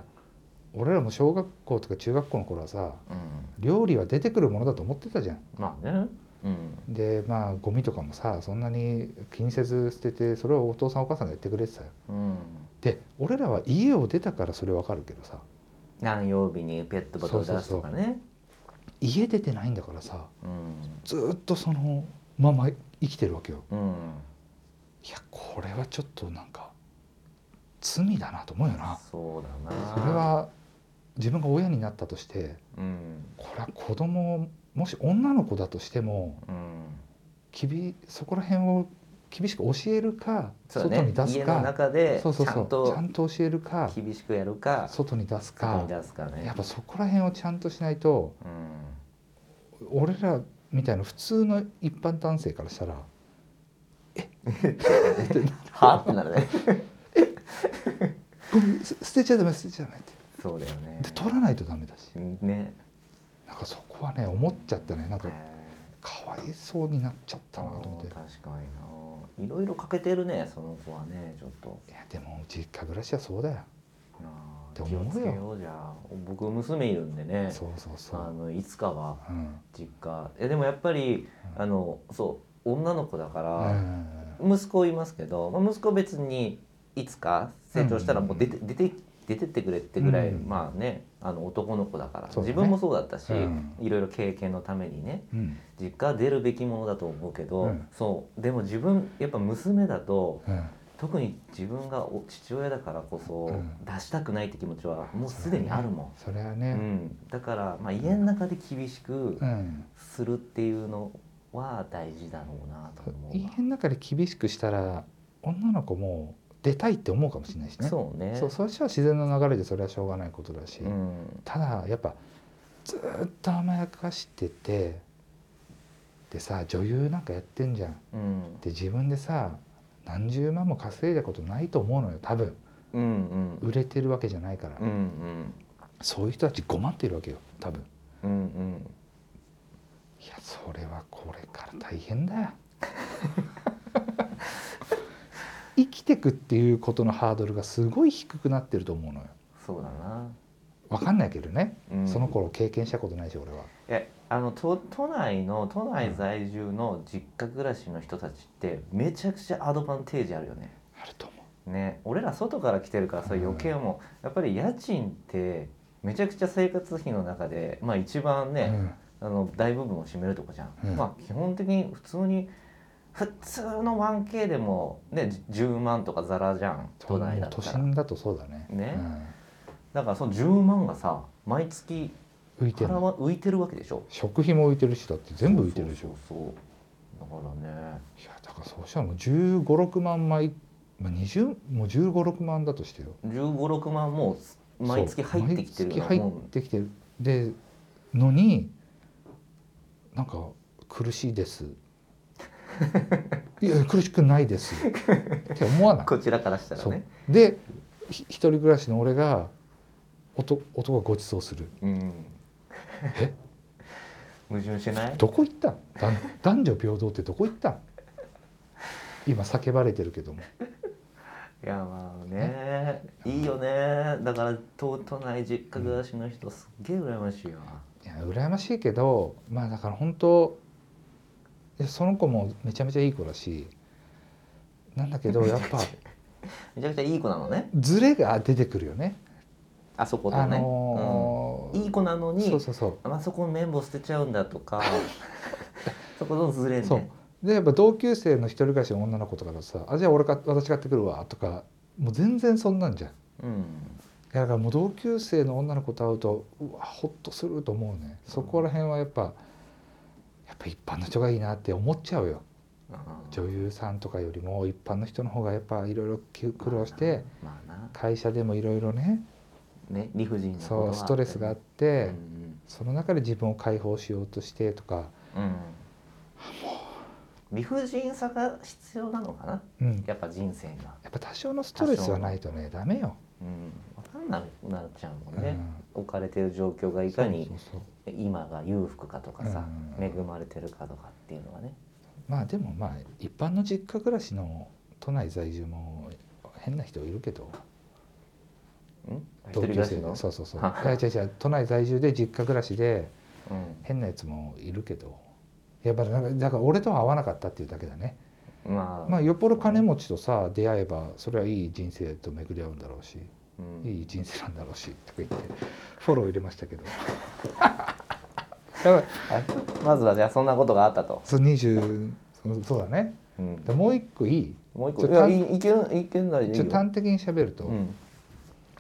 [SPEAKER 2] 俺らも小学校とか中学校の頃はさ
[SPEAKER 1] うん
[SPEAKER 2] 料理は出てくるものだと思ってたじゃん
[SPEAKER 1] まあねうん
[SPEAKER 2] でまあゴミとかもさそんなに気にせず捨ててそれをお父さんお母さんがやってくれてたよ
[SPEAKER 1] うん
[SPEAKER 2] で俺らは家を出たからそれ分かるけどさ
[SPEAKER 1] 何曜日にペットボトル出すとかね
[SPEAKER 2] 家出てないんだからさ
[SPEAKER 1] うん
[SPEAKER 2] ずーっとそのまま生きてるわけよ
[SPEAKER 1] うん
[SPEAKER 2] いやこれはちょっとなんか罪だなと思うよな
[SPEAKER 1] そうだな
[SPEAKER 2] それは自分が親になったとして
[SPEAKER 1] うん
[SPEAKER 2] これは子供もし女の子だとしても
[SPEAKER 1] うん
[SPEAKER 2] 厳そこら辺を厳しく教えるか、
[SPEAKER 1] そう
[SPEAKER 2] 外
[SPEAKER 1] だ
[SPEAKER 2] に
[SPEAKER 1] ね
[SPEAKER 2] 出す
[SPEAKER 1] 家の
[SPEAKER 2] か
[SPEAKER 1] 中でち
[SPEAKER 2] そうそう
[SPEAKER 1] ゃ
[SPEAKER 2] そ
[SPEAKER 1] ん
[SPEAKER 2] うち
[SPEAKER 1] と
[SPEAKER 2] ゃんと教えるか
[SPEAKER 1] 厳しくやるか
[SPEAKER 2] 外に出す
[SPEAKER 1] 外に
[SPEAKER 2] か
[SPEAKER 1] 出すかね
[SPEAKER 2] やっぱそこら辺をちゃんとしないと
[SPEAKER 1] うん
[SPEAKER 2] 俺らみたいな普通の一般男性か らしたら
[SPEAKER 1] はってなるね
[SPEAKER 2] 「ゴミす捨てちゃダメ捨てちゃダメ」って
[SPEAKER 1] そうだよね
[SPEAKER 2] で取らないとダメだし
[SPEAKER 1] ね
[SPEAKER 2] なんかそこはね思っちゃったねな
[SPEAKER 1] え
[SPEAKER 2] んかかわいそうになっちゃったなと思って
[SPEAKER 1] 確かにないろいろ欠けてるねその子はねちょっと
[SPEAKER 2] いやでも実家暮らしはそうだよ、
[SPEAKER 1] なあ
[SPEAKER 2] って
[SPEAKER 1] 気
[SPEAKER 2] 思う
[SPEAKER 1] を
[SPEAKER 2] よ
[SPEAKER 1] つけようじゃあ僕娘いるんでね
[SPEAKER 2] そうそうそ
[SPEAKER 1] あ
[SPEAKER 2] う、
[SPEAKER 1] のいつかは
[SPEAKER 2] うん
[SPEAKER 1] 実家えでもやっぱり
[SPEAKER 2] うん
[SPEAKER 1] あのそう女の子だか
[SPEAKER 2] う
[SPEAKER 1] ら、
[SPEAKER 2] ん、
[SPEAKER 1] 息子いますけど、まあ、息子別にいつか成長したらもう出て,、出て出てってくれってぐらい、
[SPEAKER 2] うん
[SPEAKER 1] まあねあの男の子だから
[SPEAKER 2] そうだね
[SPEAKER 1] 自分もそうだったし、
[SPEAKER 2] うん
[SPEAKER 1] いろいろ経験のためにね
[SPEAKER 2] うん
[SPEAKER 1] 実家は出るべきものだと思うけど、
[SPEAKER 2] うん
[SPEAKER 1] そうでも自分やっぱ娘だと
[SPEAKER 2] うん
[SPEAKER 1] 特に自分がお父親だからこそ、
[SPEAKER 2] うん
[SPEAKER 1] 出したくないって気持ちはもうすでにあるも
[SPEAKER 2] それは
[SPEAKER 1] ん、う
[SPEAKER 2] ね、
[SPEAKER 1] ん、だから、まあ、家の中で厳しく
[SPEAKER 2] うん
[SPEAKER 1] するっていうのは大事だろうなと思う
[SPEAKER 2] 家
[SPEAKER 1] わ
[SPEAKER 2] の中で厳しくしたら女の子も出たいって思うかもしれないしね
[SPEAKER 1] そうね
[SPEAKER 2] そうそれは自然の流れでそれはしょうがないことだし、
[SPEAKER 1] うん
[SPEAKER 2] ただやっぱずーっと甘やかしててでさ女優なんかやってんじゃん
[SPEAKER 1] うん
[SPEAKER 2] で自分でさ何十万も稼いだことないと思うのよ多分
[SPEAKER 1] うんうん
[SPEAKER 2] 売れてるわけじゃないから、
[SPEAKER 1] うんうん
[SPEAKER 2] そういう人たち5万っているわけよ多分
[SPEAKER 1] うんうん
[SPEAKER 2] いやそれはこれから大 変だよ生きてくっていうことのハードルがすごい低くなってると思うのよ
[SPEAKER 1] そうだな、
[SPEAKER 2] わかんないけどね、
[SPEAKER 1] うん、
[SPEAKER 2] その頃経験したことないし俺は
[SPEAKER 1] えあの都都内の都内在住の実家暮らしの人たちってめちゃくちゃアドバンテージあるよね。
[SPEAKER 2] あると思
[SPEAKER 1] ね俺ら外から来てるからそれ余計もうやっぱり家賃ってめちゃくちゃ生活費の中で、まあ、一番
[SPEAKER 2] う、
[SPEAKER 1] ね、あの大部分を占めるとこじゃん、
[SPEAKER 2] うん
[SPEAKER 1] まあ基本的に普通に普通の 1K でも、ね、じ10万とかザラじゃん
[SPEAKER 2] う
[SPEAKER 1] 都
[SPEAKER 2] ん、
[SPEAKER 1] 内だ
[SPEAKER 2] もう
[SPEAKER 1] っ
[SPEAKER 2] 都
[SPEAKER 1] たら
[SPEAKER 2] 心だとそうだね
[SPEAKER 1] ねだからその10万がさ毎月
[SPEAKER 2] うん、浮いて
[SPEAKER 1] 払
[SPEAKER 2] る
[SPEAKER 1] わ浮いてるわけでしょ
[SPEAKER 2] 食費も浮いてるしだって全部浮いてるでしょ
[SPEAKER 1] そうそうそうそうだからね
[SPEAKER 2] いやだからそうしたらもう1 5六6万枚、まあ、20もう1 5六6万だとしてよ
[SPEAKER 1] 1516万もう毎月入ってきてる
[SPEAKER 2] そ
[SPEAKER 1] ような
[SPEAKER 2] う毎月
[SPEAKER 1] も
[SPEAKER 2] 入
[SPEAKER 1] ん
[SPEAKER 2] ってきてるでのになんか苦しいです いや苦しくないですって思わない
[SPEAKER 1] こちらからしたらね
[SPEAKER 2] そうでひ一人暮らしの俺が音音がごちそうする
[SPEAKER 1] うん
[SPEAKER 2] え
[SPEAKER 1] 矛盾しない
[SPEAKER 2] どこ行ったんだん男女平等ってどこ行ったん今叫ばれてるけども
[SPEAKER 1] いやまあねいいよねだから都都内実家暮らしの人すっげえ羨ましいわ
[SPEAKER 2] いや羨ましいけどまあだから本当いやその子もめちゃめちゃいい子だしなんだけどやっぱ
[SPEAKER 1] めちゃくちゃいい子なのね
[SPEAKER 2] ズレが出てくるよね。
[SPEAKER 1] あそことね、
[SPEAKER 2] あの
[SPEAKER 1] うんいい子なのに
[SPEAKER 2] そうそうそ
[SPEAKER 1] あそこの綿棒捨てちゃうんだと かそこのズレ
[SPEAKER 2] う。
[SPEAKER 1] ね
[SPEAKER 2] そうでやっぱ同級生の一人暮らしの女の子とかだとさ「あじゃあ俺か私買ってくるわ」とかもう全然そんなんじゃん。い
[SPEAKER 1] うん
[SPEAKER 2] やだからもう同級生の女の子と会うとうわホッとすると思うねそこら辺はやっぱやっぱ一般の人がいいなって思っちゃうよ
[SPEAKER 1] あー
[SPEAKER 2] 女優さんとかよりも一般の人の方がやっぱいろいろき苦労して
[SPEAKER 1] まあな
[SPEAKER 2] 会社でもいろいろね
[SPEAKER 1] ね理不尽なこと
[SPEAKER 2] そうストレスがあっ
[SPEAKER 1] あってね
[SPEAKER 2] て
[SPEAKER 1] うん
[SPEAKER 2] その中で自分を解放しようとしてとか、
[SPEAKER 1] うん理不尽さが必要なのかな
[SPEAKER 2] うん、
[SPEAKER 1] やっぱ人生が
[SPEAKER 2] やっぱ多少のストレスがないとねダメよ。
[SPEAKER 1] うん分かんなくなっちゃうも
[SPEAKER 2] うん
[SPEAKER 1] ね、置かれてる状況がいかに
[SPEAKER 2] そうそうそう
[SPEAKER 1] 今が裕福かとかさ、
[SPEAKER 2] うん
[SPEAKER 1] 恵まれてるかとかっていうのはね
[SPEAKER 2] まあでもまあ一般の実家暮らしの都内在住も変な人いるけど
[SPEAKER 1] うん一人暮らしの
[SPEAKER 2] そうそうそうい
[SPEAKER 1] は
[SPEAKER 2] や違う違う都内在住で実家暮らしで
[SPEAKER 1] う
[SPEAKER 2] 変なやつもいるけどやっぱなんかだから俺とは合わなかったっていうだけだね、
[SPEAKER 1] ん、まあ、
[SPEAKER 2] まあよっぽど金持ちとさ出会えばそれはいい人生と巡り合うんだろうし
[SPEAKER 1] うん
[SPEAKER 2] いい人生なんだろうしとか言ってフォロー入れましたけどだから
[SPEAKER 1] あまずはじゃあそんなことがあったと、
[SPEAKER 2] そう20そうそうだね
[SPEAKER 1] うん
[SPEAKER 2] でもう一個いい
[SPEAKER 1] もう一個
[SPEAKER 2] ちょ
[SPEAKER 1] いや
[SPEAKER 2] 単
[SPEAKER 1] いいけるいけんならいい
[SPEAKER 2] ちょっと
[SPEAKER 1] よ、
[SPEAKER 2] 端的に喋ると、
[SPEAKER 1] うん、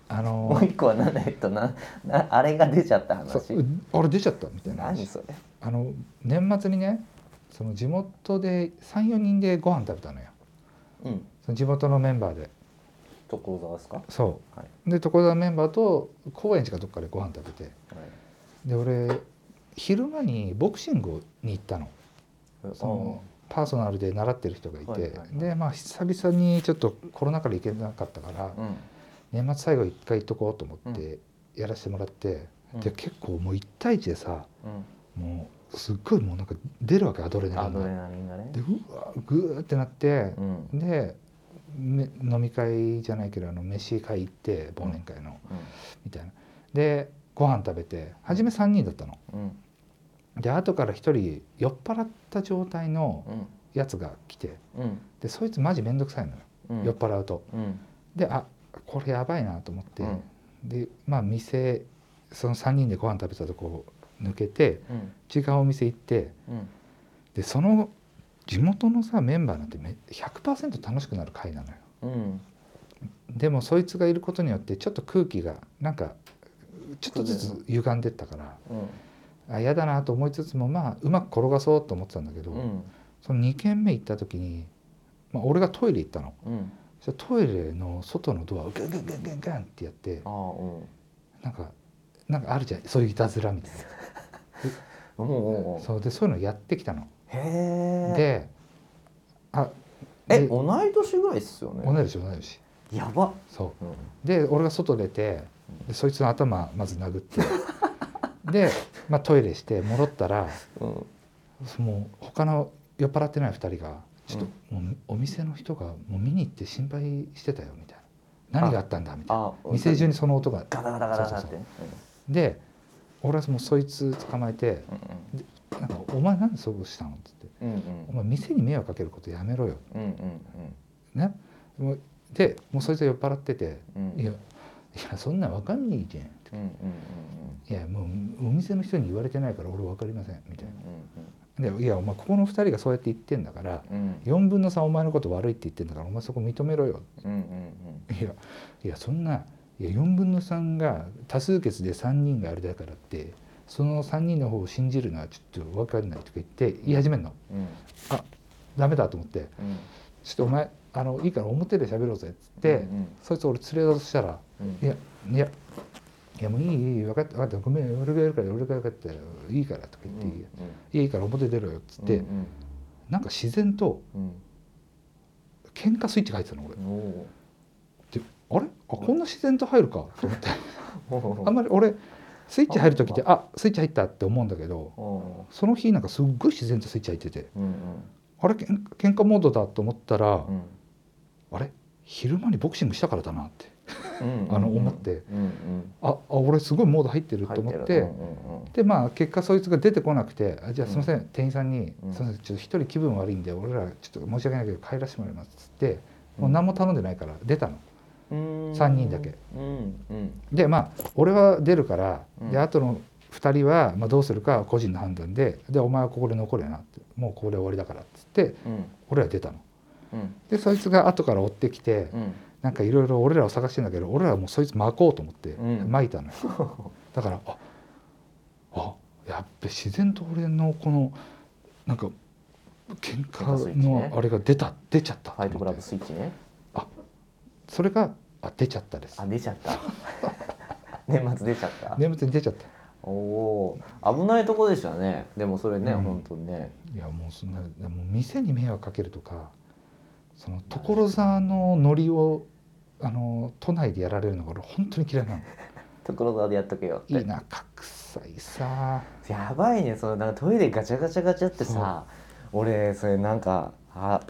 [SPEAKER 2] あ
[SPEAKER 1] も
[SPEAKER 2] の
[SPEAKER 1] う一個は何だえっとななあれが出ちゃった
[SPEAKER 2] そう
[SPEAKER 1] 話
[SPEAKER 2] うあれ出ちゃったみたいな
[SPEAKER 1] 何
[SPEAKER 2] 話
[SPEAKER 1] それ
[SPEAKER 2] あの年末にねその地元で34人でご飯食べたのよ
[SPEAKER 1] うん
[SPEAKER 2] その地元のメンバーで
[SPEAKER 1] 所沢ですかは
[SPEAKER 2] そう、
[SPEAKER 1] は
[SPEAKER 2] で所沢メンバーと高円寺かどっかでご飯食べてで俺昼間にボクシングに行ったの
[SPEAKER 1] い
[SPEAKER 2] そのパーソナルで習ってる人がいて、
[SPEAKER 1] はいはいはい
[SPEAKER 2] でまあ久々にちょっとコロナ禍で行けなかったから、
[SPEAKER 1] うん
[SPEAKER 2] 年末最後一回行っとこうと思ってやらせてもらって、
[SPEAKER 1] うん
[SPEAKER 2] で結構もう一対一でさ
[SPEAKER 1] うん
[SPEAKER 2] もうすっごいもうなんか出るわけアドレナリ
[SPEAKER 1] ア
[SPEAKER 2] ン
[SPEAKER 1] ド
[SPEAKER 2] が
[SPEAKER 1] レ。ナリンがね
[SPEAKER 2] でうわグーってなって
[SPEAKER 1] う、ん
[SPEAKER 2] で、ね、飲み会じゃないけどあの飯会行って忘年会の、みたいなでご飯食べて初め3人だったの
[SPEAKER 1] うんうん
[SPEAKER 2] で後から1人酔っ払った状態の
[SPEAKER 1] うん
[SPEAKER 2] やつが来て
[SPEAKER 1] うん
[SPEAKER 2] でそいつマジ面倒くさいのよ、
[SPEAKER 1] うん
[SPEAKER 2] 酔っ払うと
[SPEAKER 1] うん
[SPEAKER 2] であこれやばいなと思って、
[SPEAKER 1] うん
[SPEAKER 2] でまあ店その3人でご飯食べたとこ抜けて
[SPEAKER 1] うん
[SPEAKER 2] 違うお店行って
[SPEAKER 1] うん
[SPEAKER 2] でその地元のさメンバーなんてめ100%楽しくなる会なのよ
[SPEAKER 1] うん
[SPEAKER 2] でもそいつがいることによってちょっと空気がなんかちょっとずつ歪んでったから
[SPEAKER 1] うん
[SPEAKER 2] あ嫌だなと思いつつもまあうまく転がそうと思ってたんだけど、
[SPEAKER 1] うん
[SPEAKER 2] その2軒目行った時に、まあ、俺がトイレ行ったの
[SPEAKER 1] うん
[SPEAKER 2] そしたらトイレの外のドアをガンガンガンガンガンってやって
[SPEAKER 1] ああうん
[SPEAKER 2] なんかなんかあるじゃんそういういたずらみたい
[SPEAKER 1] う
[SPEAKER 2] な
[SPEAKER 1] んうんうん
[SPEAKER 2] そうでそういうのやってきたの。
[SPEAKER 1] へえ
[SPEAKER 2] であ
[SPEAKER 1] え
[SPEAKER 2] で
[SPEAKER 1] 同い年ぐらいっすよ
[SPEAKER 2] 同
[SPEAKER 1] ね
[SPEAKER 2] い年同い年
[SPEAKER 1] やば
[SPEAKER 2] そう
[SPEAKER 1] うん
[SPEAKER 2] で俺が外出てでそいつの頭まず殴って で、まあ、トイレして戻ったら
[SPEAKER 1] うん
[SPEAKER 2] もう他の酔っ払ってない2人が「ちょっと、もうお店の人がもう見に行って心配してたよ」みたいな「何があったんだ」みたいな
[SPEAKER 1] あ
[SPEAKER 2] 店中にその音が
[SPEAKER 1] ガタガタガタガタってね
[SPEAKER 2] で俺はもうそいつ捕まえて
[SPEAKER 1] う
[SPEAKER 2] 「なんかお前なんでそうしたの?」っつって
[SPEAKER 1] んうん
[SPEAKER 2] 「お前店に迷惑かけることやめろよ
[SPEAKER 1] うんうん
[SPEAKER 2] ね」もうでもうそいつは酔っ払ってて
[SPEAKER 1] うんうん
[SPEAKER 2] 「いやいやそんなん分かんねえじゃん」
[SPEAKER 1] うんうん
[SPEAKER 2] いやもうお店の人に言われてないから俺分かりません」みたい
[SPEAKER 1] うん
[SPEAKER 2] な「でいやお前ここの2人がそうやって言ってんだから
[SPEAKER 1] うんうん
[SPEAKER 2] 4分の3お前のこと悪いって言ってんだからお前そこ認めろよ」
[SPEAKER 1] うんうん
[SPEAKER 2] いやいやそんないや4分の3が多数決で3人があれだからってその3人の方を信じるのはちょっと分かんないとか言って言い始めるの
[SPEAKER 1] うんうん
[SPEAKER 2] ダメだと思って
[SPEAKER 1] うん
[SPEAKER 2] 「ちょっとお前あのいいから表で喋ろうぜ」っつって、
[SPEAKER 1] うん
[SPEAKER 2] そいつ俺連れようとしたら
[SPEAKER 1] うん
[SPEAKER 2] 「いやいやいやもういいいい分かった分かったごめん俺がやるから俺がやるからいいから」とか言って「いいよいやいいから表出ろよ」っつって、
[SPEAKER 1] うん
[SPEAKER 2] なんか自然と
[SPEAKER 1] うん
[SPEAKER 2] 喧嘩スイッチが入ってたの俺。
[SPEAKER 1] うんお
[SPEAKER 2] あれあこんな自然と入るかと思って
[SPEAKER 1] ー
[SPEAKER 2] あんまり俺スイッチ入る時ってあスイッチ入ったって思うんだけど
[SPEAKER 1] お
[SPEAKER 2] その日なんかすっごい自然とスイッチ入ってて
[SPEAKER 1] ーうんうん
[SPEAKER 2] あれけん喧嘩モードだと思ったら、
[SPEAKER 1] うん
[SPEAKER 2] あれ昼間にボクシングしたからだなって
[SPEAKER 1] うん
[SPEAKER 2] あの思って
[SPEAKER 1] うんうん
[SPEAKER 2] ああ俺すごいモード入ってると思
[SPEAKER 1] 入
[SPEAKER 2] って
[SPEAKER 1] るうんうん
[SPEAKER 2] でまあ結果そいつが出てこなくて「あじゃあすいません、店員さんに
[SPEAKER 1] うん
[SPEAKER 2] すいませんちょっと一人気分悪いんで俺らちょっと申し訳ないけど帰らせてもらいます」っつって、
[SPEAKER 1] うん
[SPEAKER 2] もう何も頼んでないから出たの。
[SPEAKER 1] うんうん
[SPEAKER 2] 三人だけ
[SPEAKER 1] うんうん
[SPEAKER 2] でまあ俺は出るから、
[SPEAKER 1] うん
[SPEAKER 2] であとの2人は、まあ、どうするかは個人の判断ででお前はここで残るよなってもうここで終わりだからっつって
[SPEAKER 1] うん
[SPEAKER 2] 俺ら出たの。
[SPEAKER 1] うん
[SPEAKER 2] でそいつが後から追ってきて、
[SPEAKER 1] うん
[SPEAKER 2] なんかいろいろ俺らを探してんだけど俺らはもうそいつ巻こうと思って
[SPEAKER 1] うん
[SPEAKER 2] 巻いたのよ、 だからああやっべ自然と俺のこのなんか喧
[SPEAKER 1] 喧嘩スイッ
[SPEAKER 2] 嘩
[SPEAKER 1] チね
[SPEAKER 2] のあれが出た出ちゃった
[SPEAKER 1] ファイトクラブ
[SPEAKER 2] と
[SPEAKER 1] スイッチね
[SPEAKER 2] 思ってそれがあ出ちゃったです
[SPEAKER 1] あ出ちゃった年末出ちゃった
[SPEAKER 2] 眠って出ちゃった
[SPEAKER 1] おおー危ないとこでしたねでもそれね、
[SPEAKER 2] うん
[SPEAKER 1] 本当にね
[SPEAKER 2] いやもうそんなもう店に迷惑かけるとかその所沢のノリをあの都内でやられるのが俺本当に嫌いなの
[SPEAKER 1] 所沢でやっとけよって
[SPEAKER 2] いいなかくさいさ
[SPEAKER 1] やばいねそのなんかトイレガチャガチャガチャってさ俺それなんかあ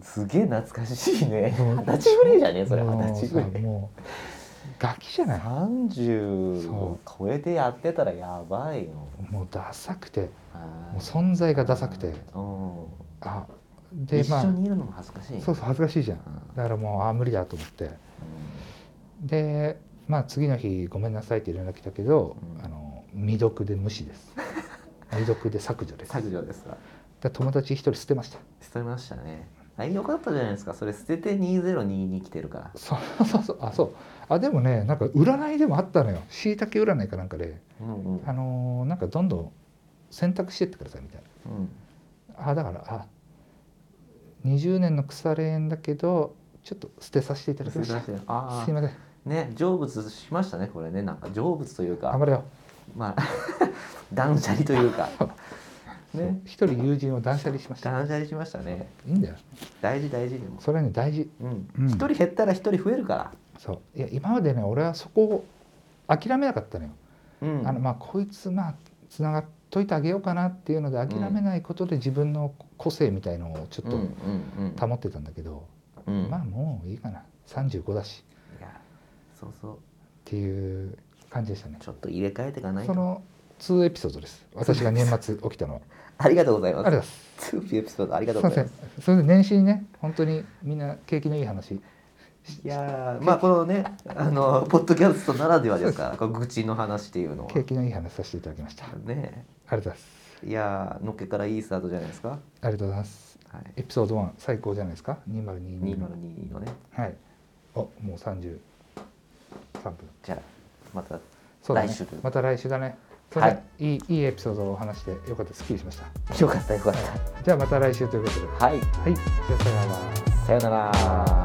[SPEAKER 1] すげえ懐かしいね
[SPEAKER 2] そう
[SPEAKER 1] 二十歳ぐらいじゃねえそれ
[SPEAKER 2] もう
[SPEAKER 1] 二十歳ぐら
[SPEAKER 2] さ
[SPEAKER 1] い
[SPEAKER 2] もうガキじゃない
[SPEAKER 1] 30
[SPEAKER 2] そ
[SPEAKER 1] 超えてやってたらやばいよ
[SPEAKER 2] もうダサくて
[SPEAKER 1] あー
[SPEAKER 2] もう存在がダサくて
[SPEAKER 1] うん
[SPEAKER 2] あで
[SPEAKER 1] 一
[SPEAKER 2] まあ
[SPEAKER 1] 緒にいるのも恥ずかしい
[SPEAKER 2] そうそう恥ずかしいじゃん
[SPEAKER 1] うん
[SPEAKER 2] だからもうあ無理だと思ってでまあ次の日「ごめんなさい」って連絡来たけど、
[SPEAKER 1] うん
[SPEAKER 2] あの未読で無視です未読で削除です
[SPEAKER 1] 削除ですか
[SPEAKER 2] だ友達一人捨てました
[SPEAKER 1] 捨てましたねあよかったじゃないですかそれ捨てて2022来てるから
[SPEAKER 2] そう そうそうあそうあでもねなんか占いでもあったのよしいたけ占いかなんかで
[SPEAKER 1] うんうん
[SPEAKER 2] あのーなんかどんどん選択してってくださいみたいな
[SPEAKER 1] うん
[SPEAKER 2] あだからあ20年の腐れ縁だけどちょっと捨てさせていただきましたすい
[SPEAKER 1] あ
[SPEAKER 2] ませ
[SPEAKER 1] あ
[SPEAKER 2] ん
[SPEAKER 1] ね成仏しましたねこれねなんか成仏というか
[SPEAKER 2] 頑張れよ
[SPEAKER 1] まあ 断捨離という かね
[SPEAKER 2] 一人友人を断捨離しました
[SPEAKER 1] 断捨離しましたね
[SPEAKER 2] いいんだよ
[SPEAKER 1] 大事大事でも
[SPEAKER 2] それはね大事
[SPEAKER 1] うん
[SPEAKER 2] うん
[SPEAKER 1] 一人減ったら一人増えるから
[SPEAKER 2] そういや今までね俺はそこを諦めなかったのよ、
[SPEAKER 1] うん
[SPEAKER 2] あのまあこいつまあつながっといてあげようかなっていうので諦めないことで自分の個性みたいのをちょっ
[SPEAKER 1] うんうん
[SPEAKER 2] と
[SPEAKER 1] うん
[SPEAKER 2] 保ってたんだけど、
[SPEAKER 1] うん
[SPEAKER 2] まあもういいかな35だしっ
[SPEAKER 1] いやそうそう
[SPEAKER 2] ていう感じでしたね
[SPEAKER 1] ちょっと入れ替えていかない
[SPEAKER 2] そ
[SPEAKER 1] と
[SPEAKER 2] の2エピソードです私が年末起きたのは
[SPEAKER 1] ありがとうござい
[SPEAKER 2] ありがとう
[SPEAKER 1] ま
[SPEAKER 2] ござい
[SPEAKER 1] す
[SPEAKER 2] ま
[SPEAKER 1] ツ
[SPEAKER 2] す
[SPEAKER 1] ーピーエピソードありが
[SPEAKER 2] す
[SPEAKER 1] と
[SPEAKER 2] いう
[SPEAKER 1] ご
[SPEAKER 2] ま
[SPEAKER 1] ざ
[SPEAKER 2] せ
[SPEAKER 1] いま
[SPEAKER 2] ん
[SPEAKER 1] す
[SPEAKER 2] それで年始にね本当にみんな景気のいい話
[SPEAKER 1] いやーまあこのねあのポッドキャストならではです からこの愚痴の話っていうのは
[SPEAKER 2] 景気のいい話させていただきましたあり
[SPEAKER 1] ね
[SPEAKER 2] がとうございます
[SPEAKER 1] いやーのっけからいいスタートじゃないですか
[SPEAKER 2] ありがとうございます
[SPEAKER 1] はい
[SPEAKER 2] エピソード1最高じゃないですか2022
[SPEAKER 1] 2022のね
[SPEAKER 2] はいあもう33分
[SPEAKER 1] じゃあまた
[SPEAKER 2] そうだね
[SPEAKER 1] 来週という
[SPEAKER 2] また来週だねそれ、い、いいいいエピソードを話してよかったすっきりしました
[SPEAKER 1] よかったよかっ
[SPEAKER 2] じゃあまた来週ということで
[SPEAKER 1] たはい
[SPEAKER 2] はいじゃあさようなら
[SPEAKER 1] さよなら。